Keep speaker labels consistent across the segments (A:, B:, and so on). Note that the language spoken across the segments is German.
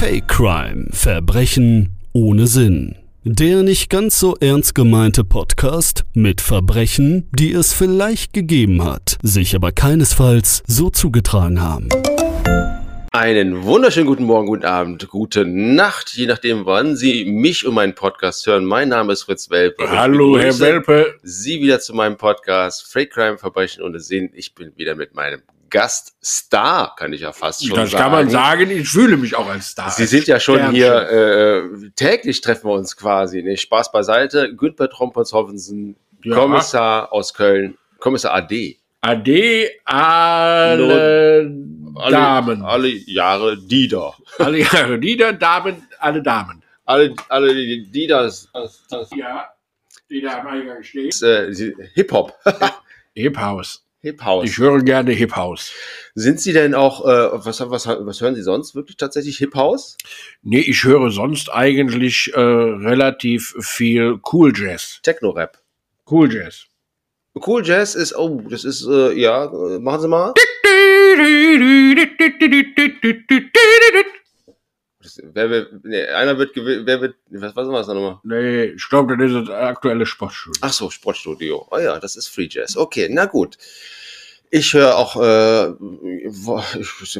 A: High Crime Verbrechen ohne Sinn. Der nicht ganz so ernst gemeinte Podcast mit Verbrechen, die es vielleicht gegeben hat, sich aber keinesfalls so zugetragen haben.
B: Einen wunderschönen guten Morgen, guten Abend, gute Nacht, je nachdem, wann Sie mich und meinen Podcast hören. Mein Name ist Fritz Welpe. Äh, Ich
C: Hallo, Herr
B: begrüße
C: Welpe.
B: Sie wieder zu meinem Podcast Fake Crime Verbrechen ohne Sinn. Ich bin wieder mit meinem Gaststar, kann ich ja fast schon
C: Das
B: sagen.
C: kann man sagen. Ich fühle mich auch als Star.
B: Sie sind ja schon
C: Sternchen.
B: hier, äh, täglich treffen wir uns quasi. Ne? Spaß beiseite. Günther Trompons-Hoffensen,
C: Ja.
B: Kommissar aus Köln, Kommissar AD.
C: Ade alle
B: Alle,
C: Damen.
B: Alle Jahre Dieter.
C: Alle Jahre Lieder, Damen, alle Damen.
B: Alle, alle Dieters. Das, das,
C: Ja, die da am Eingang stehen.
B: ist, äh, Sie- Hip-Hop.
C: Hip House.
B: Hip-House.
C: Ich höre gerne Hip House.
B: Sind Sie denn auch, äh, was, was, was hören Sie sonst wirklich tatsächlich? Hip-House?
C: Nee, ich höre sonst eigentlich äh, relativ viel Cool Jazz.
B: Techno-Rap.
C: Cool Jazz.
B: Cool Jazz ist, oh, das ist, äh, ja, äh, machen Sie mal. Das, wer, wird- nee, einer wird gewinnen, wer wird, was, was war das nochmal?
C: Nee, ich glaube, das ist das aktuelle Sportstudio.
B: Ach so, Sportstudio. Oh ja, das ist Free Jazz. Okay, na gut. Ich höre auch, äh, wo- ich,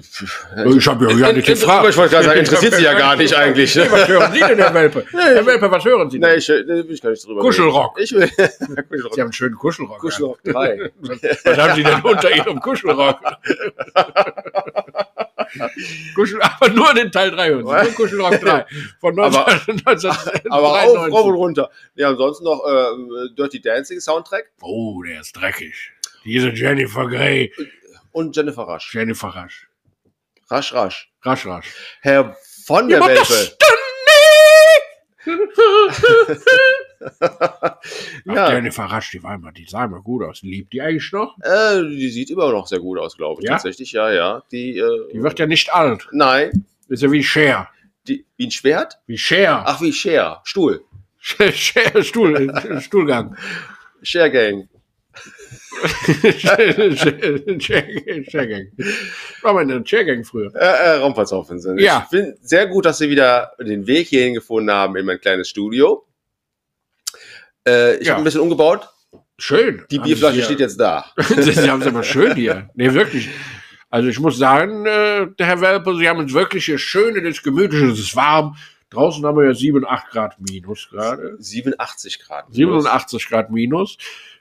C: Ich habe ja gar nicht
B: In- in-
C: gefragt.
B: ich wollte gerade sagen, interessiert Sie ja gar nicht eigentlich, ne?
C: Nee, Was hören Sie denn, Herr Welpe? Herr Welpe, was hören Sie denn?
B: nee, ich, nee, will ich gar nicht drüber
C: Kuschelrock.
B: reden. Ich will,
C: Sie haben
B: Kuschelrock.
C: einen schönen Kuschelrock. an.
B: Kuschelrock 3.
C: Was haben Sie denn unter Ihrem Kuschelrock? Kuschel, aber nur den Teil 3 hören Sie. Nur Kuschelrock 3 von
B: Aber-
C: 1993.
B: Aber auf, rauf und runter. Wir haben sonst noch ähm, Dirty Dancing Soundtrack
C: Oh, der ist dreckig. Diese Jennifer Grey.
B: und Jennifer Rasch.
C: Jennifer Rasch.
B: Rasch, rasch.
C: Rasch, rasch.
B: Herr von der
C: Jemand
B: Welpe.
C: Ach,
B: ja,
C: Jennifer Rasch, die war immer, die sah immer gut aus. Liebt die eigentlich noch?
B: äh, die sieht immer noch sehr gut aus, glaube ich.
C: Ja?
B: Tatsächlich, ja, ja. Die, äh,
C: Die wird ja nicht alt.
B: Nein,
C: Ist ja wie Cher.
B: die, wie ein Schwert?
C: Wie Cher.
B: Ach, wie Share. Stuhl.
C: Cher Stuhl, Stuhlgang.
B: Share Gang.
C: Chairgang. War meine Chairgang früher.
B: Äh, äh, Raumfahrtshaufen sind.
C: Ja.
B: Ich finde sehr gut, dass Sie wieder den Weg hierhin gefunden haben in mein kleines Studio. Äh, ich
C: Ja.
B: habe ein bisschen umgebaut.
C: Schön.
B: Die
C: Haben
B: Bierflasche
C: Sie-
B: steht jetzt da.
C: Sie haben es aber schön hier. Nee, wirklich. Also ich muss sagen, äh, Herr Welpe, Sie haben uns wirklich hier schön in das Gemütliche, es ist warm. Draußen haben wir ja 7, 8 Grad minus gerade.
B: 87 Grad.
C: 87 Grad minus.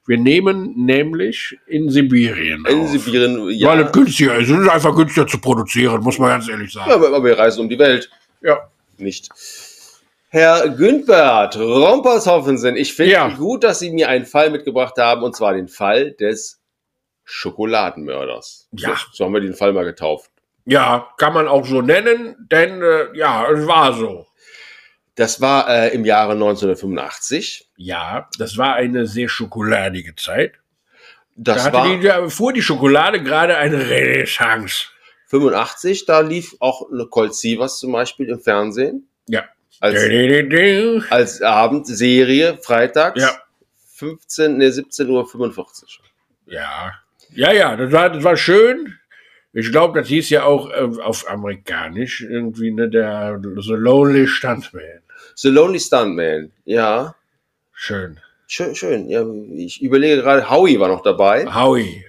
C: Wir nehmen nämlich in Sibirien.
B: In
C: auf.
B: Sibirien, ja.
C: Genau. Weil es günstiger ist. Es ist einfach günstiger zu produzieren, muss man ganz ehrlich
B: Ja,
C: sagen.
B: aber, aber wir reisen um die Welt.
C: Ja.
B: Nicht. Herr Günthbert Rompershaufen, ich finde
C: Ja.
B: gut, dass Sie mir einen Fall mitgebracht haben, und zwar den Fall des Schokoladenmörders.
C: Ja.
B: So, so haben wir den Fall mal getauft.
C: Ja, kann man auch so nennen, denn äh, ja, es war so.
B: Das war äh, im Jahre 1985.
C: Ja, das war eine sehr schokoladige Zeit.
B: Das
C: da hatte
B: war
C: die, da fuhr die Schokolade gerade eine Renaissance.
B: 85, da lief auch eine Colt Sievers zum Beispiel im Fernsehen.
C: Ja.
B: Als,
C: Dä-dä-dä-dä.
B: als Abendserie, freitags,
C: Ja.
B: 15, nee, 17.45 Uhr.
C: Ja, ja, ja, das war, das war schön. Ich glaube, das hieß ja auch ähm, auf Amerikanisch irgendwie ne, der The Lonely Stuntman.
B: The Lonely Stuntman, ja.
C: Schön.
B: Schön, schön. Ja, ich überlege gerade, Howie war noch
C: Ah.
B: dabei.
C: Howie.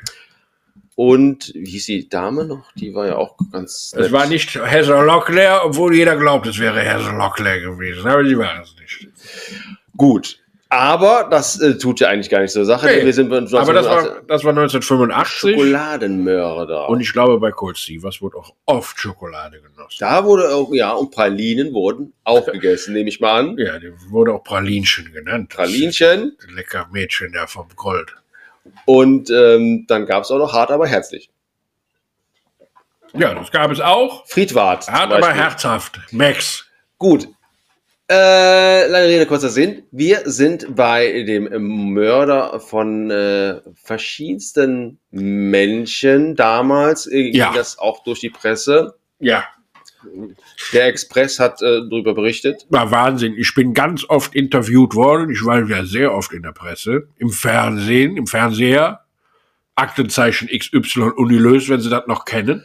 B: Und wie hieß die Dame noch? Die war ja auch ganz.
C: Es
B: nett.
C: war nicht Heather Locklear, obwohl jeder glaubt, es wäre Heather Locklear gewesen. Aber sie war es nicht.
B: gut. Aber das äh, tut ja eigentlich gar nicht so Sache.
C: Nee.
B: denn Wir sind bei uns
C: Aber das war, das war 1985.
B: Schokoladenmörder.
C: Und ich glaube, bei Cold Stevens wurde auch oft Schokolade genossen.
B: da wurde auch, ja, und Pralinen wurden auch gegessen, nehme ich mal an.
C: Ja, die wurde auch Pralinchen genannt. Das ist
B: Pralinchen.
C: ein Lecker Mädchen da vom Gold.
B: Und ähm, dann gab es auch noch hart, aber herzlich.
C: Ja, das gab es auch.
B: Friedwart. zum
C: Hart, aber
B: Beispiel.
C: herzhaft. Max.
B: Gut. Äh, lange Rede, kurzer Sinn. Wir sind bei dem Mörder von äh, verschiedensten Menschen damals. äh, Ging
C: Ja.
B: das auch durch die Presse.
C: Ja,
B: Der Express hat äh, darüber berichtet.
C: war Wahnsinn. Ich bin ganz oft interviewt worden. Ich war ja sehr oft in der Presse, im Fernsehen, im Fernseher. Aktenzeichen XY unilös, wenn Sie das noch kennen.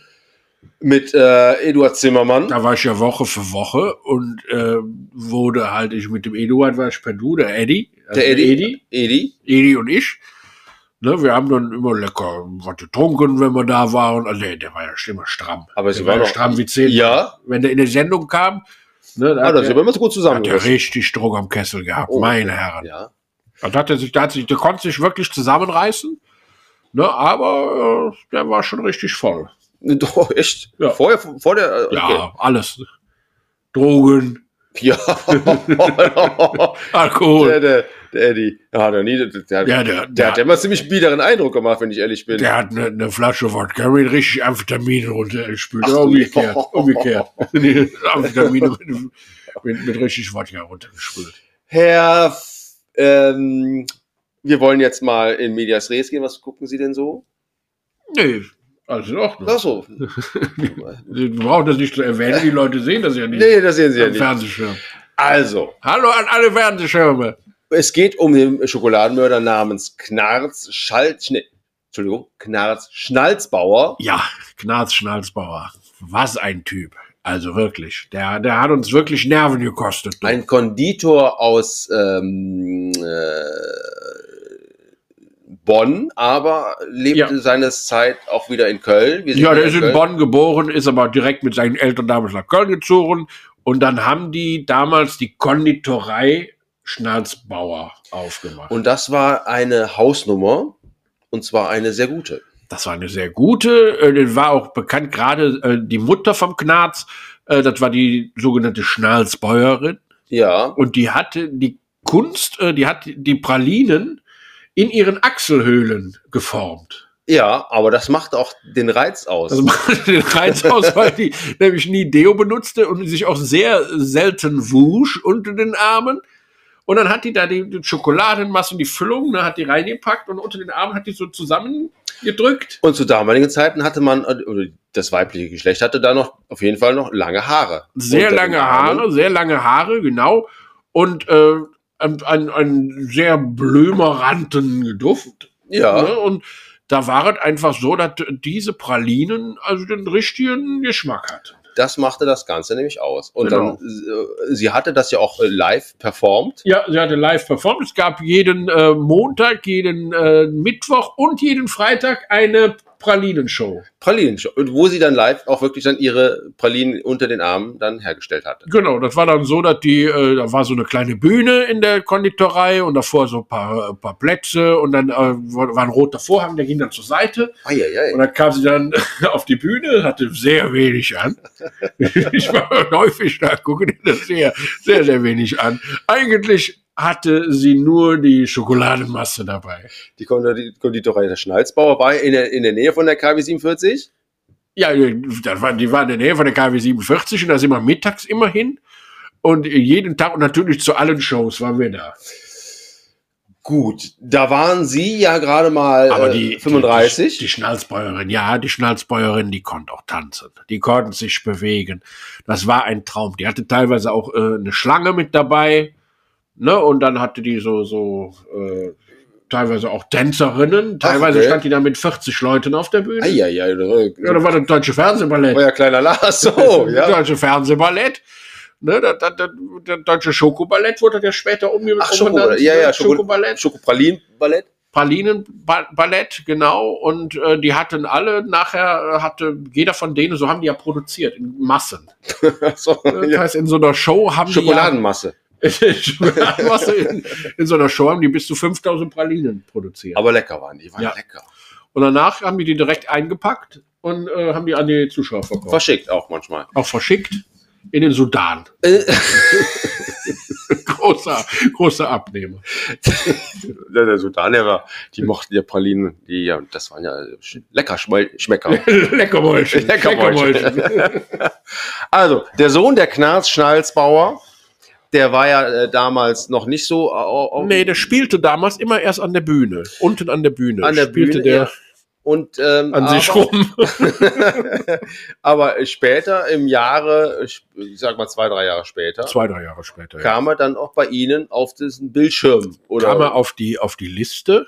B: mit äh, Eduard Zimmermann.
C: Da war ich ja Woche für Woche und äh, wurde halt ich mit dem Eduard war ich per Du, der Eddie. also
B: der Edi. Edi.
C: Edi. Edi und ich. Ne, wir haben dann immer lecker was getrunken, wenn wir da waren. Also der, der war ja schlimmer stramm.
B: Aber
C: der
B: sie war
C: war ja
B: doch-
C: stramm wie zehn.
B: Ja.
C: Wenn der in die Sendung kam, ne, da
B: Ah,
C: hat
B: da sind wir
C: der-
B: immer so gut
C: hat er
B: zusammengekommen.
C: richtig Druck am Kessel gehabt,
B: Oh,
C: meine Herren.
B: Ja.
C: Da hat er sich, da hat sich, der konnte sich wirklich zusammenreißen. Ne, aber äh, der war schon richtig voll.
B: Doch, echt?
C: Ja.
B: Vorher, vor der. äh,
C: Ja, alles. Drogen,
B: Ja. der,
C: Alkohol.
B: der, der Eddie. Ja, der, nie, der, der, der,
C: Ja, der, der,
B: hat ja mal ziemlich biederen Eindruck gemacht, wenn ich ehrlich bin.
C: Der hat eine, eine Flasche Wodka mit richtig Amphetamin runtergespült.
B: Ach,
C: Ja, umgekehrt.
B: ja.
C: Umgekehrt. Nee, Amphetamin mit, mit, mit richtig Wodka runtergespült.
B: Herr, F- ähm, wir wollen jetzt mal in Medias Res gehen. Was gucken Sie denn so?
C: Nee, alles in Ordnung.
B: Ach so.
C: Wir brauchen das nicht zu erwähnen. Die Leute sehen das ja nicht.
B: nee, das sehen Sie ja
C: am
B: nicht.
C: Fernsehschirm.
B: Also,
C: Hallo an alle Fernsehschirme.
B: es geht um den Schokoladenmörder namens Knarz Schalz, nee, Entschuldigung, Knarz Schnalzbauer.
C: Ja, Knarz Schnalzbauer. Was ein Typ. Also wirklich. Der, der hat uns wirklich Nerven gekostet. du.
B: Ein Konditor aus ähm, äh, Bonn, aber lebte
C: Ja.
B: seines Zeit auch wieder in Köln. Wir sind
C: Ja, der
B: wieder
C: ist in
B: Köln.
C: Bonn geboren, ist aber direkt mit seinen Eltern damals nach Köln gezogen. Und dann haben die damals die Konditorei Schnalzbauer aufgemacht. Und
B: Und das war eine Hausnummer. Und zwar eine sehr gute.
C: das war eine sehr gute, äh, das war auch bekannt, gerade äh, die Mutter vom Knarz, äh, das war die sogenannte Schnalzbäuerin.
B: Ja.
C: Und die hatte die Kunst, äh, die hat die Pralinen in ihren Achselhöhlen geformt.
B: Ja, aber das macht auch den Reiz aus.
C: Das macht den Reiz aus, weil die nämlich nie Deo benutzte und sich auch sehr selten wusch unter den Armen. Und dann hat die da die, die Schokoladenmasse und die Füllung, ne, hat die reingepackt und unter den Armen hat die so zusammengedrückt.
B: und zu damaligen Zeiten hatte man, oder das weibliche Geschlecht hatte da noch auf jeden Fall noch lange Haare. Unter
C: Sehr
B: den
C: lange
B: Armen.
C: Haare, sehr lange Haare, genau. Und äh, ein, ein, ein sehr blömeranten Duft. Ne?
B: Ja.
C: Und da war es einfach so, dass diese Pralinen also den richtigen Geschmack hatten.
B: Das machte das Ganze nämlich aus. Und
C: Genau.
B: dann, äh, sie hatte das ja auch äh, live performt.
C: Ja, sie hatte live performt. Es gab jeden äh, Montag, jeden äh, Mittwoch und jeden Freitag eine Pralinenshow.
B: Pralinen, wo sie dann live auch wirklich dann ihre Pralinen unter den Armen dann hergestellt hatte.
C: Genau, das war dann so, dass die, äh, da war so eine kleine Bühne in der Konditorei und davor so ein paar, äh, ein paar Plätze und dann äh, war war ein roter Vorhang, der ging dann zur Seite
B: Eieiei.
C: und dann kam sie dann auf die Bühne, hatte sehr wenig an. ich war häufig da, gucke dir das sehr, sehr, sehr wenig an. Eigentlich hatte sie nur die Schokoladenmasse dabei.
B: Die Kondi- Konditorei der Schnalzbauer war in der, in der Nähe von der KW 47.
C: Ja, das war, die war in der Nähe von der KW 47 und da sind wir mittags immer hin. Und jeden Tag und natürlich zu allen Shows waren wir da.
B: Gut, da waren sie ja gerade mal
C: Aber
B: äh,
C: die,
B: 35.
C: die, die Schnalzbäuerin, ja, die Schnalzbäuerin, die konnte auch tanzen. Die konnten sich bewegen. Das war ein Traum. Die hatte teilweise auch äh, eine Schlange mit dabei. Ne? Und dann hatte die so, so äh, teilweise auch Tänzerinnen.
B: Ach,
C: Teilweise
B: okay.
C: stand die da mit 40 Leuten auf der Bühne.
B: Eieiei, das
C: Ja, da
B: war
C: war das deutsche Fernsehballett.
B: euer kleiner Lars. So,
C: Das
B: Oh, ja.
C: deutsche Fernsehballett. Ne, das, das, das, das deutsche Schokoballett wurde das ja später umge-
B: Ach, Schoko,
C: umbenannt.
B: ja, ja, Schoko-
C: Schokoballett.
B: Schokopralin-Ballett.
C: Pralinenballett, genau. Und äh, die hatten alle, nachher äh, hatte jeder von denen, so haben die ja produziert, in Massen.
B: So,
C: Ne? Das
B: ja.
C: heißt, in so einer Show haben
B: Schokoladenmasse.
C: die ja... Schokoladenmasse. in, in so einer Show haben die bis zu 5000 Pralinen produziert.
B: Aber lecker waren die, waren
C: Ja.
B: lecker.
C: Und danach haben die die direkt eingepackt und äh, haben die an die Zuschauer verkauft.
B: Verschickt auch manchmal.
C: auch verschickt in den Sudan.
B: Äh.
C: großer, großer Abnehmer.
B: Der, der Sudan, der war, die mochten ja Pralinen. Die, ja, das waren ja sch- lecker Schmel- Schmecker.
C: Leckermäulchen.
B: Leckermäulchen.
C: Leckermäulchen.
B: Also, der Sohn der Knarz Schnalzbauer, der war ja äh, damals noch nicht so au- au-
C: nee, der spielte damals immer erst an der Bühne. Unten an der Bühne.
B: an der
C: spielte
B: Bühne.
C: der
B: ja. und, ähm,
C: an sich
B: aber-
C: rum.
B: aber äh, später im Jahre, ich ich sag mal zwei, drei Jahre später,
C: Zwei, drei Jahre später. Ja.
B: kam er dann auch bei Ihnen auf diesen Bildschirm. Oder
C: Kam er auf die, auf die Liste.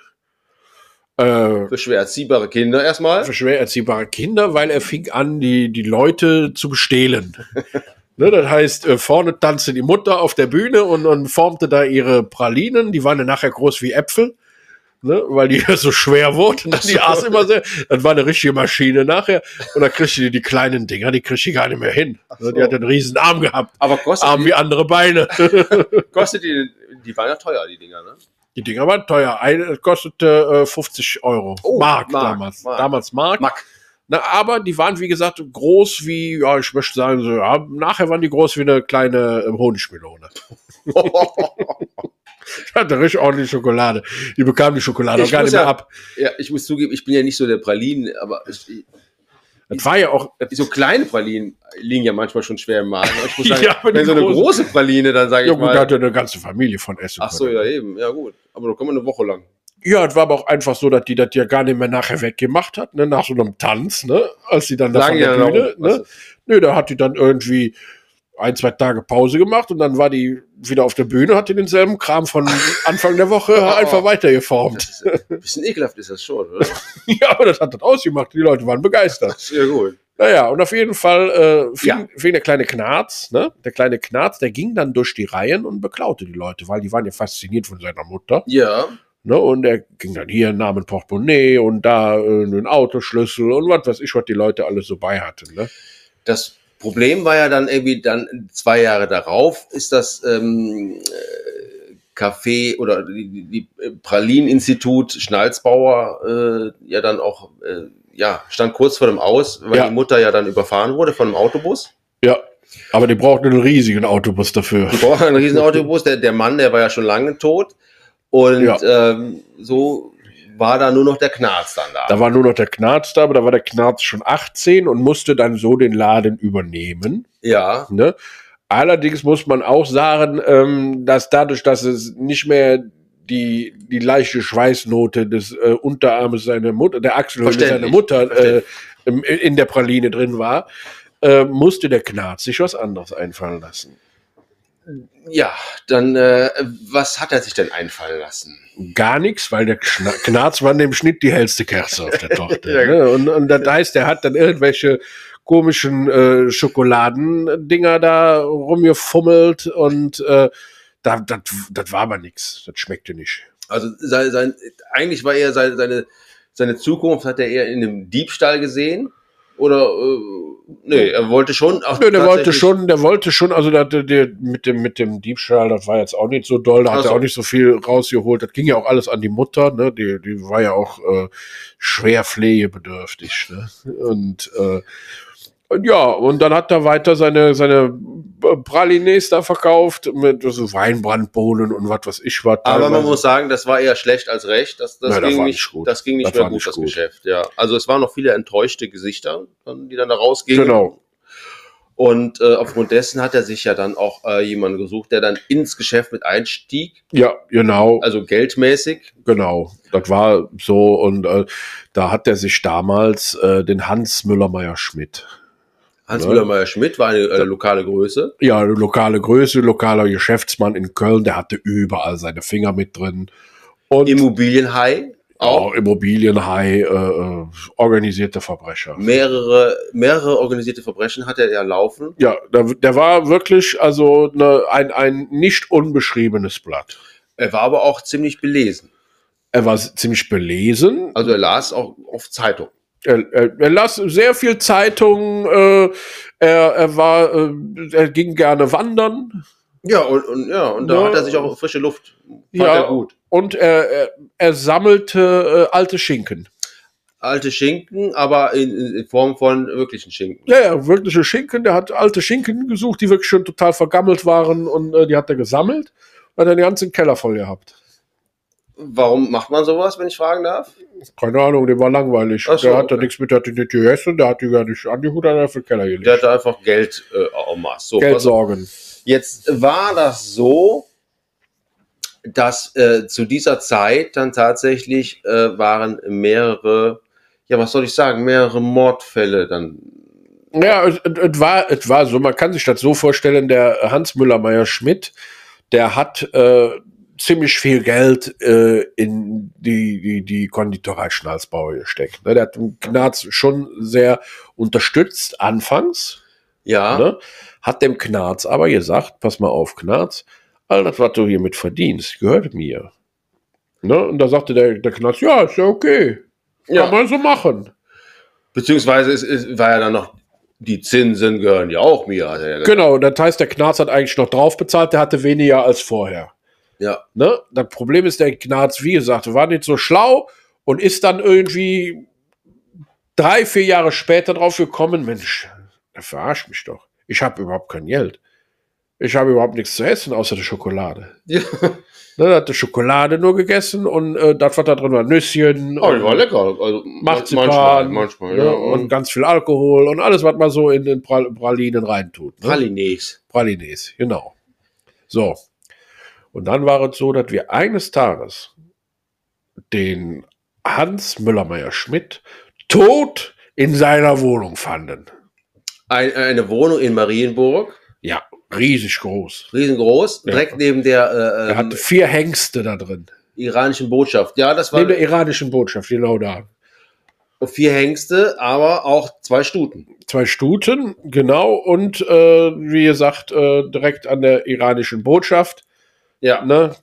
C: Äh,
B: Für schwer erziehbare Kinder erstmal.
C: für schwer erziehbare Kinder, weil er fing an, die, die Leute zu bestehlen. ne, das heißt, äh, vorne tanzte die Mutter auf der Bühne und, und formte da ihre Pralinen, die waren dann nachher groß wie Äpfel. Ne, weil die so schwer wurden, die aß immer sehr. Das war eine richtige Maschine nachher. Und da kriegst du die kleinen Dinger, die kriegst du gar nicht mehr hin. Ne,
B: so.
C: Die hat einen riesen Arm gehabt.
B: Aber kostet,
C: Arm wie andere Beine.
B: die, kostet die, die waren ja teuer, die Dinger, ne?
C: Die Dinger waren teuer. Eine kostete äh, 50 Euro.
B: Oh,
C: Mark,
B: Mark,
C: damals.
B: Mark.
C: Damals Mark.
B: Mack.
C: Na, aber die waren, wie gesagt, groß wie, ja, ich möchte sagen, so, ja, nachher waren die groß wie eine kleine äh, Honigmelone.
B: Oh,
C: Ich hatte richtig ordentlich Schokolade. Die bekam die Schokolade
B: Ich
C: auch Also gar
B: muss
C: nicht mehr
B: ja-
C: ab.
B: ja, ich muss zugeben, ich bin ja nicht so der Pralinen, aber ich,
C: Das war ja auch,
B: so kleine Pralinen liegen ja manchmal schon schwer im Magen. Aber Ich muss sagen,
C: Ja, aber die
B: wenn so eine
C: großen-
B: große Praline, dann sage
C: ja
B: ich
C: gut, da
B: mal.
C: hatte eine ganze Familie von essen
B: Ach so,
C: können.
B: ja eben, ja gut. Aber da kann man eine Woche lang.
C: Ja, das war aber auch einfach so, dass die das ja gar nicht mehr nachher weggemacht hat, ne, nach so einem Tanz, ne, als sie dann da
B: Sagen
C: von
B: die
C: der
B: dann auch,
C: Bühne,
B: weißt
C: ne. Nö, da hat die dann irgendwie ein, zwei Tage Pause gemacht und dann war die wieder auf der Bühne, hat die denselben Kram von Anfang der Woche einfach weitergeformt.
B: Das ist, äh, ein bisschen ekelhaft ist das schon, oder?
C: Ja, aber das hat das ausgemacht. Die Leute waren begeistert.
B: Ja gut.
C: Naja, und auf jeden Fall äh, fing,
B: Ja.
C: fing der kleine Knarz, ne? Der kleine Knarz, der ging dann durch die Reihen und beklaute die Leute, weil die waren ja fasziniert von seiner Mutter.
B: Ja.
C: Ne? Und er ging dann hier nahm ein Portemonnaie und da äh, einen Autoschlüssel und was weiß ich, was die Leute alles so bei hatten. Ne?
B: Das Problem war ja dann irgendwie dann zwei Jahre darauf ist das ähm, äh, Café oder die, die die Pralineninstitut Schnalzbauer äh, ja dann auch äh, ja stand kurz vor dem Aus, weil
C: Ja.
B: die Mutter ja dann überfahren wurde von einem Autobus.
C: Ja, aber die brauchten einen riesigen Autobus dafür.
B: Die brauchen einen riesen Autobus. Der, der Mann, der war ja schon lange tot und
C: Ja.
B: ähm, so war da nur noch der Knarz dann da.
C: Da war nur noch der Knarz da, aber da war der Knarz schon 18 und musste dann so den Laden übernehmen.
B: ja,
C: Ne? Allerdings muss man auch sagen, ähm, dass dadurch, dass es nicht mehr die, die leichte Schweißnote des äh, Unterarmes seiner Mutter, der Achselhöhle
B: Verständlich,
C: seiner Mutter äh,
B: verständlich.
C: im- in der Praline drin war, äh, musste der Knarz sich was anderes einfallen lassen.
B: ja, dann äh, was hat er sich denn einfallen lassen?
C: Gar nichts, weil der Schna- Knarz war in dem Schnitt die hellste Kerze auf der Torte.
B: Ja.
C: ne? und, und das heißt, der hat dann irgendwelche komischen äh, Schokoladendinger da rumgefummelt und äh, da, das, das war aber nichts. Das schmeckte nicht.
B: Also sein, sein, eigentlich war er seine, seine, seine Zukunft hat er eher in einem Diebstahl gesehen oder äh, nee, er wollte schon. Auch
C: Nö, der wollte
B: tatsächlich-
C: schon, der wollte schon, also der, der, der, mit, dem, mit dem Diebstahl, das war jetzt auch nicht so doll, da hat
B: Ach so.
C: er auch nicht so viel rausgeholt. Das ging ja auch alles an die Mutter, ne? Die, die war ja auch äh, schwer pflegebedürftig. Ne? Und, äh, und ja, und dann hat er weiter seine, seine äh, Pralines da verkauft mit so also Weinbrandbohnen und was weiß ich was.
B: Aber man
C: teilweise.
B: muss sagen, das war eher schlecht als recht. Das, das,
C: Nein, Also- das
B: ging,
C: war
B: nicht,
C: nicht gut.
B: das ging nicht
C: Das
B: mehr
C: war
B: gut,
C: nicht
B: das
C: gut.
B: Geschäft. Ja, also es waren noch viele enttäuschte Gesichter, die dann da rausgingen.
C: Genau.
B: Und äh, aufgrund dessen hat er sich ja dann auch äh, jemanden gesucht, der dann ins Geschäft mit einstieg,
C: Ja, genau.
B: also geldmäßig.
C: Genau, das war so und äh, da hat er sich damals äh, den Hans Müller-Meyer-Schmidt.
B: Hans
C: Ja.
B: Müller-Meyer-Schmidt war eine äh, lokale Größe.
C: Ja, lokale Größe, lokaler Geschäftsmann in Köln, der hatte überall seine Finger mit drin. Und
B: Immobilienhai auch.
C: auch Immobilienhai, äh, äh, organisierte Verbrecher.
B: Mehrere, mehrere organisierte Verbrechen hat er ja laufen.
C: Ja, der, der war wirklich also ne, ein, ein nicht unbeschriebenes Blatt.
B: Er war aber auch ziemlich belesen.
C: Er war ziemlich belesen,
B: Also er las auch oft Zeitung.
C: er, er, er las sehr viel Zeitungen, äh, er, er war, äh, er ging gerne wandern,
B: Ja, und, und ja, und da
C: Ja.
B: hat er sich auch frische Luft. Fand
C: Ja.
B: er gut.
C: Und er, er, er sammelte äh, alte Schinken.
B: Alte Schinken, aber in, in- in Form von wirklichen Schinken.
C: Ja, ja, wirkliche Schinken. Der hat alte Schinken gesucht, die wirklich schon total vergammelt waren und äh, die hat er gesammelt und hat er den ganzen Keller voll gehabt.
B: Warum macht man sowas, wenn ich fragen darf?
C: Keine Ahnung, dem war langweilig.
B: Ach so,
C: der hat da
B: okay.
C: nichts mit, der hat die nicht gegessen, der hat die gar nicht angehut, hat er für den Keller gelegt.
B: Der hatte einfach Geld äh, en masse. So, pass-
C: Geldsorgen.
B: Jetzt war das so, dass äh, zu dieser Zeit dann tatsächlich äh, waren mehrere, ja, was soll ich sagen, mehrere Mordfälle dann.
C: Ja, es, es, es, war, es war so, man kann sich das so vorstellen, der Hans Müller-Meyer-Schmidt, der hat äh, ziemlich viel Geld äh, in die, die, die Konditorei Schnalzbauer gesteckt. Ne? Der hat den Knarz schon sehr unterstützt anfangs.
B: Ja.
C: Ne? Hat dem Knarz aber gesagt, pass mal auf, Knarz, all das, was du hiermit verdienst, gehört mir. Ne? Und da sagte der, der Knarz, ja, ist ja okay. Kann
B: Ja.
C: man so machen.
B: Beziehungsweise es, es war ja dann noch, die Zinsen gehören ja auch mir. Hat er ja, gesagt.
C: Genau, das heißt, der Knarz hat eigentlich noch drauf bezahlt, der hatte weniger als vorher.
B: ja,
C: Ne? Das Problem ist, der Gnarz, wie gesagt, war nicht so schlau und ist dann irgendwie drei, vier Jahre später drauf gekommen, Mensch, der verarscht mich doch. Ich habe überhaupt kein Geld. Ich habe überhaupt nichts zu essen, außer der Schokolade.
B: ja.
C: Ne, der hat die Schokolade nur gegessen und äh, das, was da drin war, Nüsschen.
B: Oh, die
C: und-
B: war lecker. Also,
C: macht sie
B: manchmal,
C: Bahn,
B: manchmal,
C: ne,
B: ja. Mhm.
C: und ganz viel Alkohol und alles, was man so in den Pral Pralinen reintut. Ne?
B: Pralines.
C: Pralines, genau. So. Und dann war es so, dass wir eines Tages den Hans Müllermeier-Schmidt tot in seiner Wohnung fanden.
B: Ein, eine Wohnung in Marienburg,
C: Ja, riesig groß.
B: riesengroß,
C: Ja.
B: direkt neben der
C: Er
B: äh, ähm,
C: hatte vier Hengste da drin.
B: iranischen Botschaft. Ja, das
C: Neben
B: waren
C: der iranischen Botschaft, genau da.
B: vier Hengste, aber auch zwei Stuten.
C: Zwei Stuten, genau. Und äh, wie gesagt, äh, direkt an der iranischen Botschaft.
B: Ja.
C: Ne?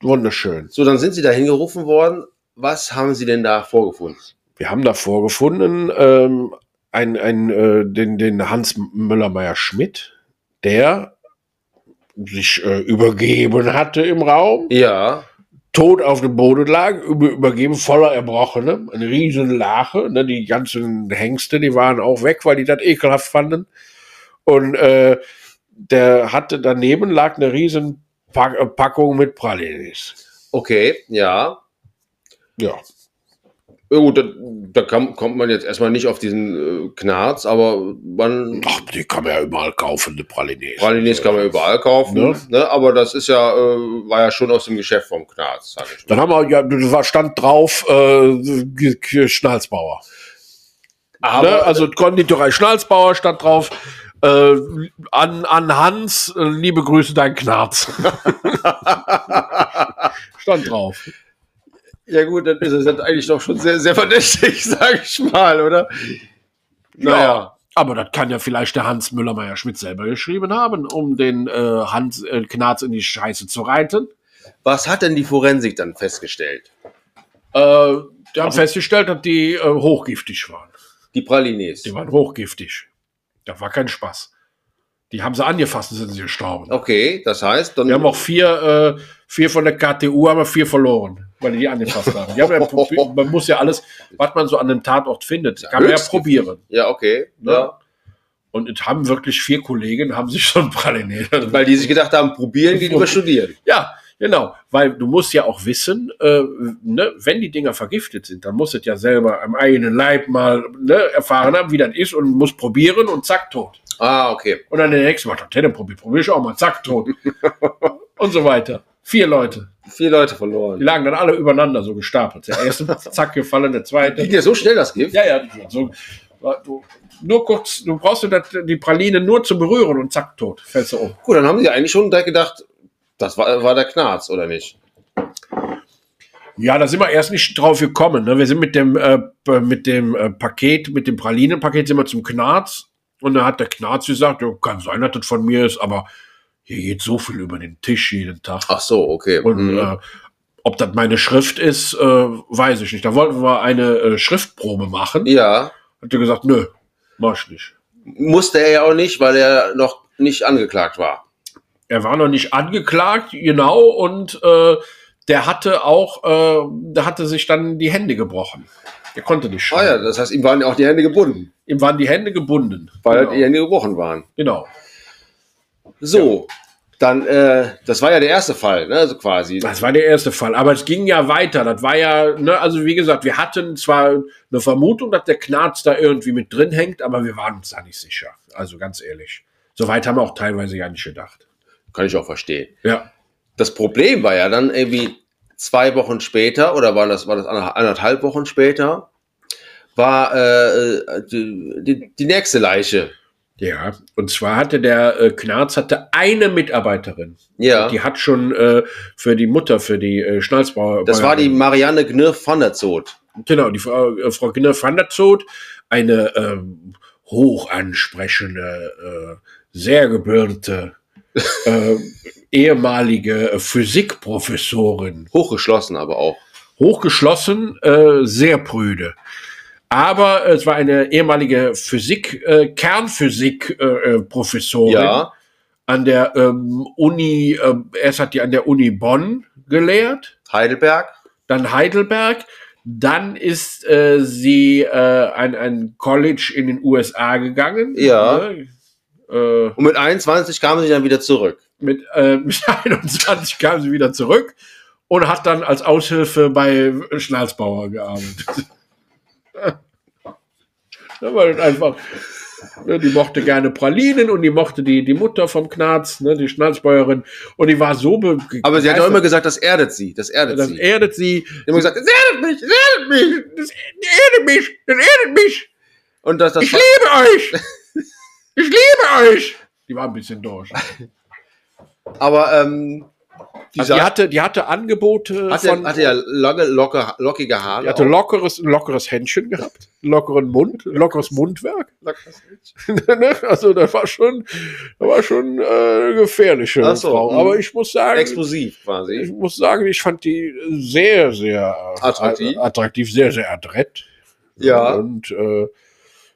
C: Wunderschön.
B: So, dann sind sie da hingerufen worden. Was haben sie denn da vorgefunden?
C: Wir haben davor gefunden, ähm, ein, ein, äh, den, den Hans Müllermeier-Schmidt, der sich äh, übergeben hatte im Raum,
B: Ja,
C: tot auf dem Boden lag, über, übergeben, voller Erbrochene, eine riesen Lache. Ne? Die ganzen Hengste, die waren auch weg, weil die das ekelhaft fanden. Und äh, der hatte daneben lag eine riesen Pack, äh, Packung mit Pralines.
B: okay, ja.
C: Ja,
B: Ja, gut, da, da kam, kommt man jetzt erstmal nicht auf diesen äh, Knarz, aber man.
C: Ach, die kann man ja überall kaufen, die Pralines.
B: Pralines kann man überall kaufen,
C: Ne?
B: ne? aber das ist ja, äh, war ja schon aus dem Geschäft vom Knarz, sag ich mal.
C: Dann haben wir, ja, da stand drauf, äh, G- G- Schnalzbauer. ne? Also Konditorei Schnalzbauer stand drauf, äh, an, an Hans, äh, liebe Grüße, dein Knarz. stand drauf.
B: Ja gut, dann ist es jetzt eigentlich doch schon sehr, sehr verdächtig, sage ich mal, oder? Naja.
C: Aber das kann ja vielleicht der Hans Müller-Meyer-Schmidt selber geschrieben haben, um den äh, Hans äh, Knarz in die Scheiße zu reiten.
B: Was hat denn die Forensik dann festgestellt?
C: Äh, die haben festgestellt, dass die äh, hochgiftig waren.
B: Die Pralines.
C: Die waren hochgiftig. Das war kein Spaß. Die haben sie angefasst und sind sie gestorben.
B: Okay, das heißt, dann
C: Wir haben auch vier, äh, vier von der KTU haben wir vier verloren, weil die die angefasst haben. Die haben ja, probi- man muss ja alles, was man so an dem Tatort findet, kann man ja
B: höchst
C: probieren. ne?
B: ja okay, ja.
C: Und es haben wirklich vier Kollegen, haben sich schon Praline.
B: weil die sich gedacht haben, probieren gegenüber studieren.
C: Ja, genau. Weil du musst ja auch wissen, äh, ne, wenn die Dinger vergiftet sind, dann musst du es ja selber am eigenen Leib mal ne, erfahren haben, wie das ist und musst probieren und zack, tot.
B: Ah, okay.
C: Und dann der nächste macht, dann probier, probier ich auch mal, zack, tot. und so weiter. Vier Leute.
B: Vier Leute
C: Die
B: verloren.
C: lagen dann alle übereinander, so gestapelt. Der erste, zack, gefallen, der
B: Ging
C: zweite.
B: dir so schnell das Gift?
C: Ja, ja, so. Du, nur kurz, du brauchst dir das- die Praline nur zu berühren und zack, tot, fällst du um.
B: Gut, dann haben die eigentlich schon direkt gedacht, das war, war der Knarz, oder nicht?
C: Ja, da sind wir erst nicht drauf gekommen. Ne? Wir sind mit dem, äh, p- mit dem äh, Paket, mit dem Pralinenpaket sind wir zum Knarz. Und da hat der Knarz gesagt, ja, kann sein, dass das von mir ist, aber hier geht so viel über den Tisch jeden Tag.
B: Ach so, okay.
C: Und
B: Mhm.
C: äh, ob das meine Schrift ist, äh, weiß ich nicht. Da wollten wir eine äh, Schriftprobe machen.
B: ja,
C: Hat er gesagt, nö, mach ich nicht.
B: musste er ja auch nicht, weil er noch nicht angeklagt war.
C: Er war noch nicht angeklagt, genau, und äh, der hatte auch, äh, der hatte sich dann die Hände gebrochen. Er konnte nicht
B: Ah
C: schreiben.
B: ja, das heißt, ihm waren ja auch die Hände gebunden,
C: Ihm waren die Hände gebunden.
B: weil die
C: genau.
B: Hände gebrochen waren.
C: genau.
B: So, dann, äh, das war ja der erste Fall, ne, also quasi.
C: Das war der erste Fall. Aber es ging ja weiter. Das war ja, ne, also wie gesagt, wir hatten zwar eine Vermutung, dass der Knarz da irgendwie mit drin hängt, aber wir waren uns da nicht sicher. Also ganz ehrlich. Soweit haben wir auch teilweise ja nicht gedacht.
B: Kann ich auch verstehen.
C: Ja.
B: Das Problem war ja dann irgendwie zwei Wochen später, oder war das, war das ander- anderthalb Wochen später, war äh, äh, die, die, die nächste Leiche
C: Ja, und zwar hatte der äh, Knarz hatte eine Mitarbeiterin.
B: Ja.
C: Die hat schon äh, für die Mutter, für die äh, Schnalzbauer.
B: Das war die Marianne Gnirf van der Zoot.
C: Genau, die Frau, äh, Frau Ginner van der Zoot, eine ähm, hochansprechende, äh, sehr gebührte äh, ehemalige Physikprofessorin.
B: Hochgeschlossen aber auch.
C: Hochgeschlossen, äh, sehr prüde. Aber es war eine ehemalige Physik, äh, Kernphysik-Professorin äh, Professorin
B: Ja.
C: an der ähm, Uni, ähm, erst hat die an der Uni Bonn gelehrt
B: Heidelberg.
C: dann Heidelberg, dann ist äh, sie äh, an ein College in den USA gegangen.
B: Ja.
C: Ne? Äh,
B: Und mit 21 kamen sie dann wieder zurück.
C: mit, äh, mit 21 kam sie wieder zurück und hat dann als Aushilfe bei Schnalzbauer gearbeitet. ne, weil einfach, ne, die mochte gerne Pralinen und die mochte die, die Mutter vom Knarz, ne, die Schnalzbäuerin. Und die war so be
B: Aber sie hat doch
C: begeistert,
B: immer gesagt, das erdet sie. Das erdet
C: das
B: sie.
C: erdet sie.
B: sie hat immer gesagt, das
C: Das erdet mich, das erdet mich, das erdet mich, das erdet mich.
B: Und das, das
C: Ich liebe euch. Ich liebe euch. Die war ein bisschen durch.
B: aber ähm, die,
C: Also die,
B: sagt,
C: hatte, die hatte Angebote
B: hatte,
C: von,
B: hatte ja lange, locker, lockige Haare.
C: die hatte
B: auch.
C: lockeres, lockeres Händchen gehabt, lockeren Mund, lockeres Mundwerk. Ne? also das war schon, das war schon äh, gefährliche
B: Ach so,
C: Frau.
B: mhm.
C: Aber ich muss sagen,
B: Explosiv
C: ich
B: quasi.
C: muss sagen, ich fand die sehr, sehr äh,
B: Attraktiv.
C: attraktiv sehr, sehr adrett.
B: Ja.
C: Und äh,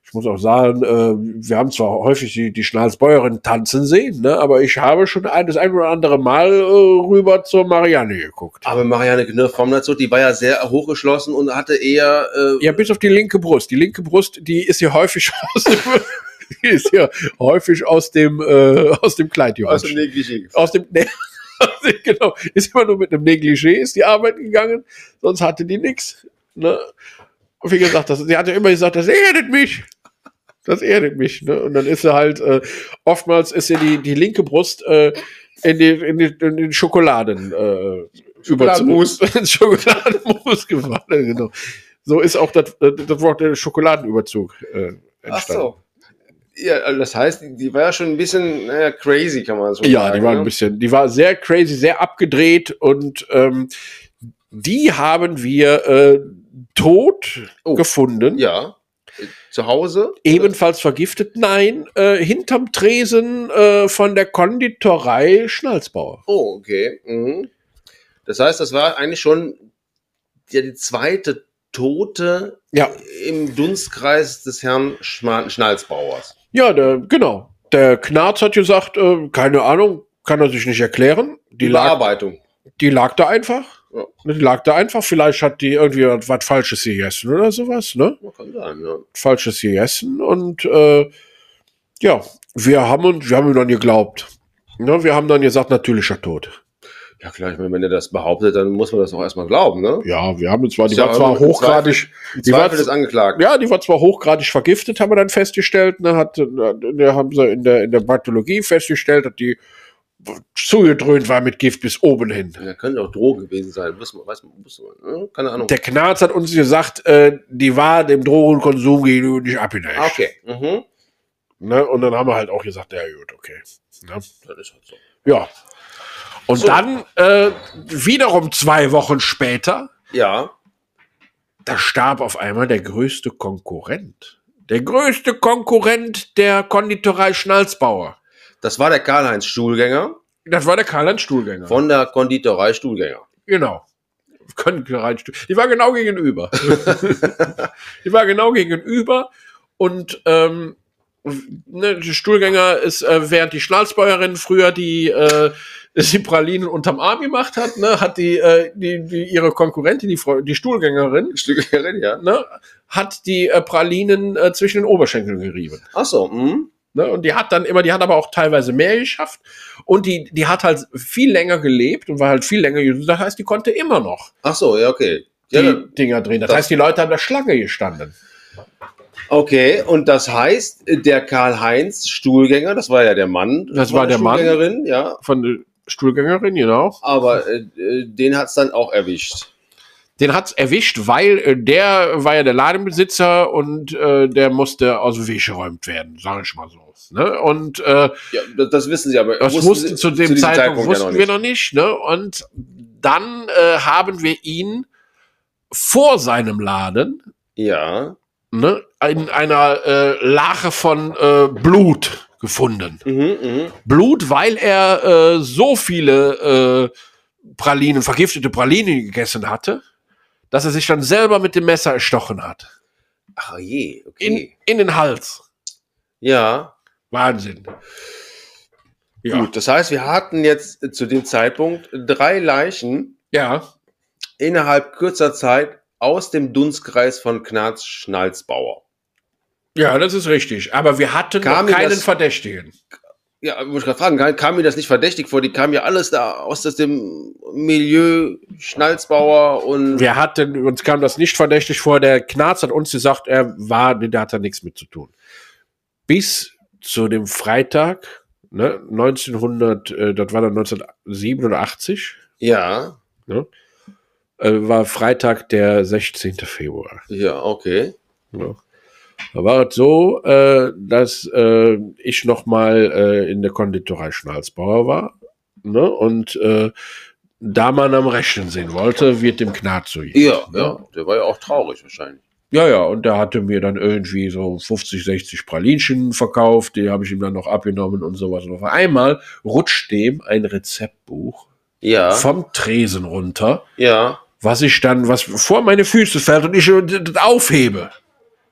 C: ich muss auch sagen, äh, wir haben zwar häufig die, die Schnalzbäuerin tanzen sehen, ne, aber ich habe schon ein, das ein oder andere Mal äh, rüber zur Marianne geguckt.
B: Aber Marianne Knirf vom dazu, die war ja sehr hochgeschlossen und hatte eher äh,
C: Ja, bis auf die linke Brust. Die linke Brust, die ist hier häufig aus dem, die ist hier häufig aus dem, äh, aus dem Kleid
B: aus dem
C: gerutscht.
B: Negligé.
C: Aus dem, nee, aus dem- genau, ist immer nur mit einem Negligé ist die Arbeit gegangen, sonst hatte die nix. Ne? Und wie gesagt, das, sie hatte immer gesagt, das erdet mich. Das erdet mich. Ne? Und dann ist sie halt, äh, oftmals ist ihr die, die linke Brust äh, in, die, in, die, in den Schokoladen äh,
B: Schokoladenmus.
C: überzogen- ins Schokoladenmus gefallen, genau. So ist auch das, das Wort der Schokoladenüberzug äh, entstanden.
B: Ach so. Ja, also das heißt, die- die war ja schon ein bisschen naja, crazy, kann man so sagen.
C: Ja, die war
B: ne?
C: ein bisschen, die war sehr crazy, sehr abgedreht und ähm, die haben wir äh, tot
B: Oh.
C: gefunden.
B: Ja. Zu Hause?
C: Ebenfalls vergiftet, nein, äh, hinterm Tresen äh, von der Konditorei Schnalzbauer.
B: Oh, okay. Mhm. Das heißt, das war eigentlich schon ja, die zweite Tote
C: Ja,
B: im Dunstkreis des Herrn Schma Schnalzbauers.
C: ja, der, genau. Der Knarz hat gesagt, äh, keine Ahnung, kann er sich nicht erklären. Die lag
B: Bearbeitung.
C: die lag da einfach.
B: Ja.
C: Die lag da einfach. Vielleicht hat die irgendwie was was Falsches gegessen oder sowas, ne?
B: Man kann sagen, ja.
C: Falsches gegessen und äh, ja, wir haben und wir haben ihm dann geglaubt. Ne? Wir haben dann gesagt, natürlicher Tod.
B: ja, klar, ich meine, wenn er das behauptet, dann muss man das auch erstmal glauben, ne?
C: Ja, wir haben uns zwar, die
B: Ist ja
C: war zwar
B: irgendwo im
C: hochgradig, die war,
B: Zweifel des Angeklagten.
C: ja, die war zwar hochgradig vergiftet, haben wir dann festgestellt. Ne, hat, ne, haben sie in der, in der Pathologie festgestellt, dass die zugedröhnt war mit Gift bis oben hin.
B: Ja. könnte auch Droge gewesen sein, wissen wir, weiß man, wissen wir, ne? keine Ahnung.
C: Der Knarz hat uns gesagt, äh, die war dem Drogenkonsum gegenüber nicht abgeneigt.
B: Ah, okay. Mhm.
C: Ne? Und dann haben wir halt auch gesagt, ja gut, okay. Ne?
B: Das ist halt so.
C: Ja. Und
B: So.
C: dann äh, wiederum zwei Wochen später,
B: Ja.
C: da starb auf einmal der größte Konkurrent. Der größte Konkurrent der Konditorei Schnalzbauer.
B: Das war der Karl-Heinz Stuhlgänger
C: Das war der Karl-Heinz Stuhlgänger.
B: von der Konditorei Stuhlgänger.
C: genau. Konditorei Stuhl- Die war genau gegenüber. die war genau gegenüber. Und ähm, ne, die Stuhlgänger ist, äh, während die Schnalzbäuerin früher die, äh, die Pralinen unterm Arm gemacht hat, ne, hat die, äh, die, die ihre Konkurrentin, die, Frau- die Stuhlgängerin,
B: Stuhlgängerin, ja.
C: ne, hat die äh, Pralinen äh, zwischen den Oberschenkeln gerieben.
B: Ach so, mhm.
C: Ne? Und die hat dann immer, die hat aber auch teilweise mehr geschafft. Und die, die hat halt viel länger gelebt und war halt viel länger. gesund. Das heißt, die konnte immer noch
B: Ach so, ja, okay.
C: die
B: Ja, dann-
C: Dinger drehen. Das,
B: das-
C: heißt, die Leute haben da Schlange gestanden.
B: okay, und das heißt, der Karl-Heinz Stuhlgänger, das war ja der Mann.
C: Das
B: von
C: war der Mann.
B: Stuhlgängerin, ja.
C: äh, Von der Stuhlgängerin, genau.
B: Aber äh, äh, den hat es dann auch erwischt.
C: Den hat's erwischt, weil äh, der war ja der Ladenbesitzer und äh, der musste aus dem Weg geräumt werden, sage ich mal so. Ne? Und äh,
B: Ja, das, das wissen Sie aber.
C: das
B: wussten
C: wussten
B: Sie-
C: zu dem
B: diesem
C: Zeitpunkt, wussten
B: ja
C: wir noch nicht. Ne? Und dann äh, haben wir ihn vor seinem Laden
B: Ja.
C: ne, in einer äh, Lache von äh, Blut gefunden.
B: Mhm, mhm.
C: Blut, weil er äh, so viele äh, Pralinen, vergiftete Pralinen gegessen hatte, dass er sich dann selber mit dem Messer erstochen hat.
B: Ach je,
C: In,
B: okay.
C: in den Hals.
B: ja.
C: Wahnsinn. Ja.
B: Gut, das heißt, wir hatten jetzt äh, zu dem Zeitpunkt drei Leichen
C: Ja.
B: innerhalb kürzer Zeit aus dem Dunstkreis von Knarz Schnalzbauer.
C: Ja, das ist richtig. Aber wir hatten
B: Kam
C: noch
B: ihm
C: keinen
B: das-
C: Verdächtigen.
B: Ja, wollte ich gerade fragen, kam, kam mir das nicht verdächtig vor? Die kamen ja alles da aus, aus dem Milieu Schnalzbauer und
C: Wir hatten, uns kam das nicht verdächtig vor. Der Knarz hat uns gesagt, er war, da hat er nichts mit zu tun. Bis zu dem Freitag, ne, 1900, äh, das war dann 1987.
B: ja,
C: äh, war Freitag, der 16. Februar.
B: ja, okay.
C: Ja. Da war es so, äh, dass äh, ich nochmal äh, in der Konditorei Schnalzbauer war ne? und äh, da man am Rechnen sehen wollte, wird dem Knarz so. ne?
B: Ja, ja, der war ja auch traurig wahrscheinlich.
C: Ja, ja, und der hatte mir dann irgendwie so 50, 60 Pralinchen verkauft, die habe ich ihm dann noch abgenommen und sowas. Und auf einmal rutscht dem ein Rezeptbuch
B: Ja,
C: vom Tresen runter
B: ja.
C: was ich dann, was vor meine Füße fällt und ich äh, das aufhebe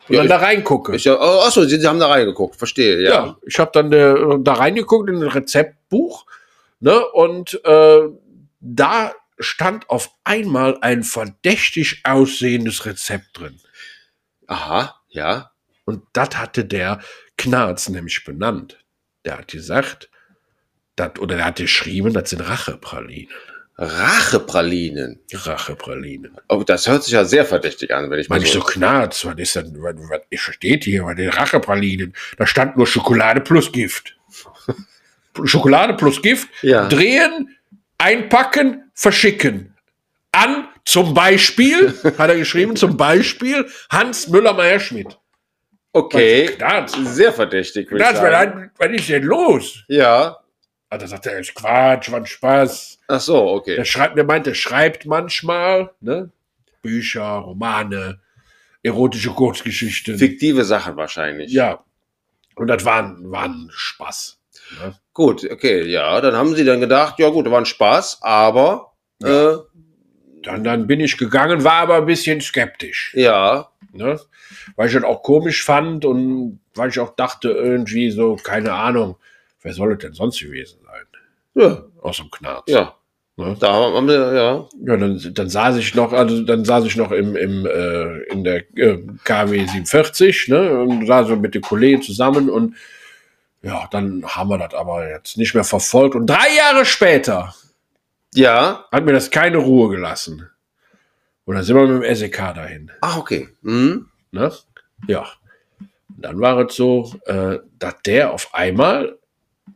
C: und
B: Ja,
C: dann
B: ich-
C: da reingucke.
B: Ich, ja oh, achso, Sie, Sie haben da reingeguckt, verstehe,
C: ja.
B: ja.
C: ich habe dann äh, da reingeguckt in ein Rezeptbuch ne, und äh, da stand auf einmal ein verdächtig aussehendes Rezept drin.
B: Aha, ja.
C: Und das hatte der Knarz nämlich benannt. Der hat gesagt, dat, oder der hat geschrieben, das sind Rachepralinen.
B: Rachepralinen.
C: Rachepralinen.
B: Oh, das hört sich ja sehr verdächtig an, wenn ich mal
C: Meine ich so, Knarz, was ist denn, was, was steht hier bei den Rachepralinen? Da stand nur Schokolade plus Gift. Schokolade plus Gift,
B: Ja.
C: drehen, einpacken, verschicken. An, zum Beispiel, hat er geschrieben, zum Beispiel Hans Müller-Meyer-Schmidt. Also
B: Okay,
C: Knarz,
B: sehr verdächtig, würde ich
C: Knarz,
B: sagen.
C: was, was ist denn los?
B: Ja,
C: Ah, Da sagt er, ist Quatsch, war ein Spaß.
B: ach so,
C: Der
B: okay.
C: schreibt, der meint, der schreibt manchmal, ne? Bücher, Romane, erotische Kurzgeschichten.
B: Fiktive Sachen wahrscheinlich.
C: Ja. Und das war, ein- war ein Spaß. Ne?
B: Gut, okay, ja, dann haben sie dann gedacht, ja gut, war ein Spaß, aber ja, äh,
C: Dann, dann bin ich gegangen, war aber ein bisschen skeptisch.
B: ja,
C: Ne? Weil ich das auch komisch fand und weil ich auch dachte, irgendwie so, keine Ahnung, wer soll das denn sonst gewesen sein?
B: ja,
C: Aus dem Knarz.
B: ja.
C: Ne?
B: da haben haben sie, ja,
C: Ja, dann, dann saß ich noch, also dann saß ich noch im, im äh, in der äh, KW 47, ne? Und saß so mit dem Kollegen zusammen und ja, dann haben wir das aber jetzt nicht mehr verfolgt. Und drei Jahre später
B: ja,
C: hat mir das keine Ruhe gelassen. Und dann sind wir mit dem SEK dahin.
B: ach okay, hm.
C: Ne? Ja. Und dann war es so, äh, dass der auf einmal,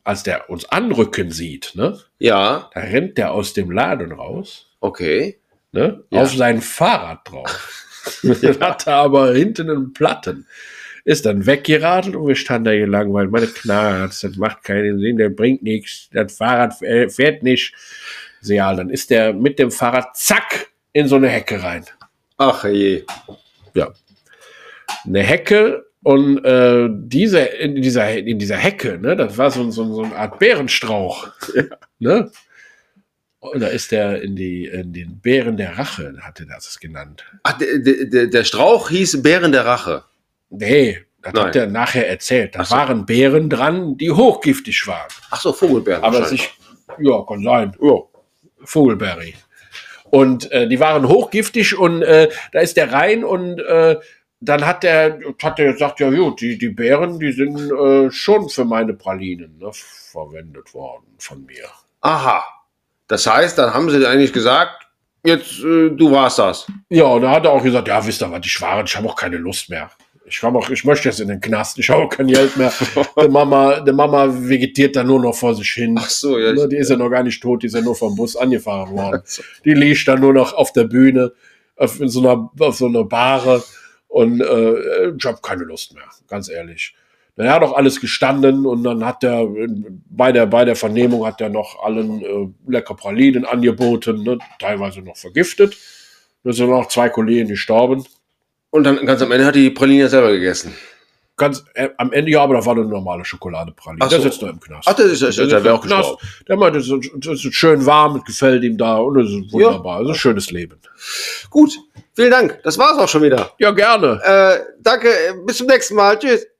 C: als der uns anrücken sieht, ne,
B: ja,
C: da rennt der aus dem Laden raus,
B: okay,
C: ne,
B: Ja.
C: auf sein Fahrrad drauf. Hat da aber hinten einen Platten. Ist dann weggeradelt und wir standen da gelangweilt. Meine Knarz, das macht keinen Sinn, der bringt nichts, das Fahrrad äh, fährt nicht. So, Ja, dann ist der mit dem Fahrrad zack in so eine Hecke rein.
B: ach je,
C: eine Hecke und äh, diese in dieser in dieser Hecke, ne, das war so, ein- so, ein- so eine Art Bärenstrauch, ne? Und da ist der in die in den Bären der Rache hatte das es genannt.
B: ach, der, der, der Strauch hieß Bären der Rache,
C: Nee, das
B: Nein.
C: hat er nachher erzählt. Da
B: Ach so.
C: waren Bären dran, die hochgiftig waren.
B: ach so, Vogelbären
C: Aber
B: wahrscheinlich.
C: sich ja kann sein. Ja. Vogelberry. Und äh, die waren hochgiftig und äh, da ist der rein und äh, dann hat der, hat der gesagt, ja gut, die, die Beeren, die sind äh, schon für meine Pralinen ne, verwendet worden von mir.
B: aha, das heißt, dann haben sie eigentlich gesagt, jetzt, äh, du warst das,
C: Ja, und da hat er auch gesagt, ja, wisst ihr was, ich war, ich habe auch keine Lust mehr. Ich komm auch, ich möchte jetzt in den Knast, ich habe auch kein Geld mehr. die Mama, die Mama vegetiert da nur noch vor sich hin.
B: ach so, ja,
C: Ne,
B: ich,
C: die ist ja noch gar nicht tot, die ist ja nur vom Bus angefahren worden. Die liegt dann nur noch auf der Bühne. auf in so einer, auf so einer Bahre und äh, ich habe keine Lust mehr, ganz ehrlich. Na, Er hat auch alles gestanden und dann hat er bei der, bei der Vernehmung hat er noch allen äh, lecker Pralinen angeboten, ne? teilweise noch vergiftet. Da sind noch zwei Kollegen gestorben.
B: Und dann ganz am Ende hat die Praline ja selber gegessen.
C: Ganz äh, am Ende, ja, aber da war eine normale Schokoladepraline.
B: Ach
C: Der
B: so.
C: sitzt da im Knast.
B: Ach, das ist, das ist,
C: Der
B: das wäre auch
C: sitzt im
B: gestorben.
C: Knast. Der meinte, es ist, es ist schön warm, es gefällt ihm da und es ist wunderbar. Es ist ein schönes Leben.
B: Gut, vielen Dank. Das war's auch schon wieder.
C: Ja, gerne.
B: Äh, danke, bis zum nächsten Mal. Tschüss.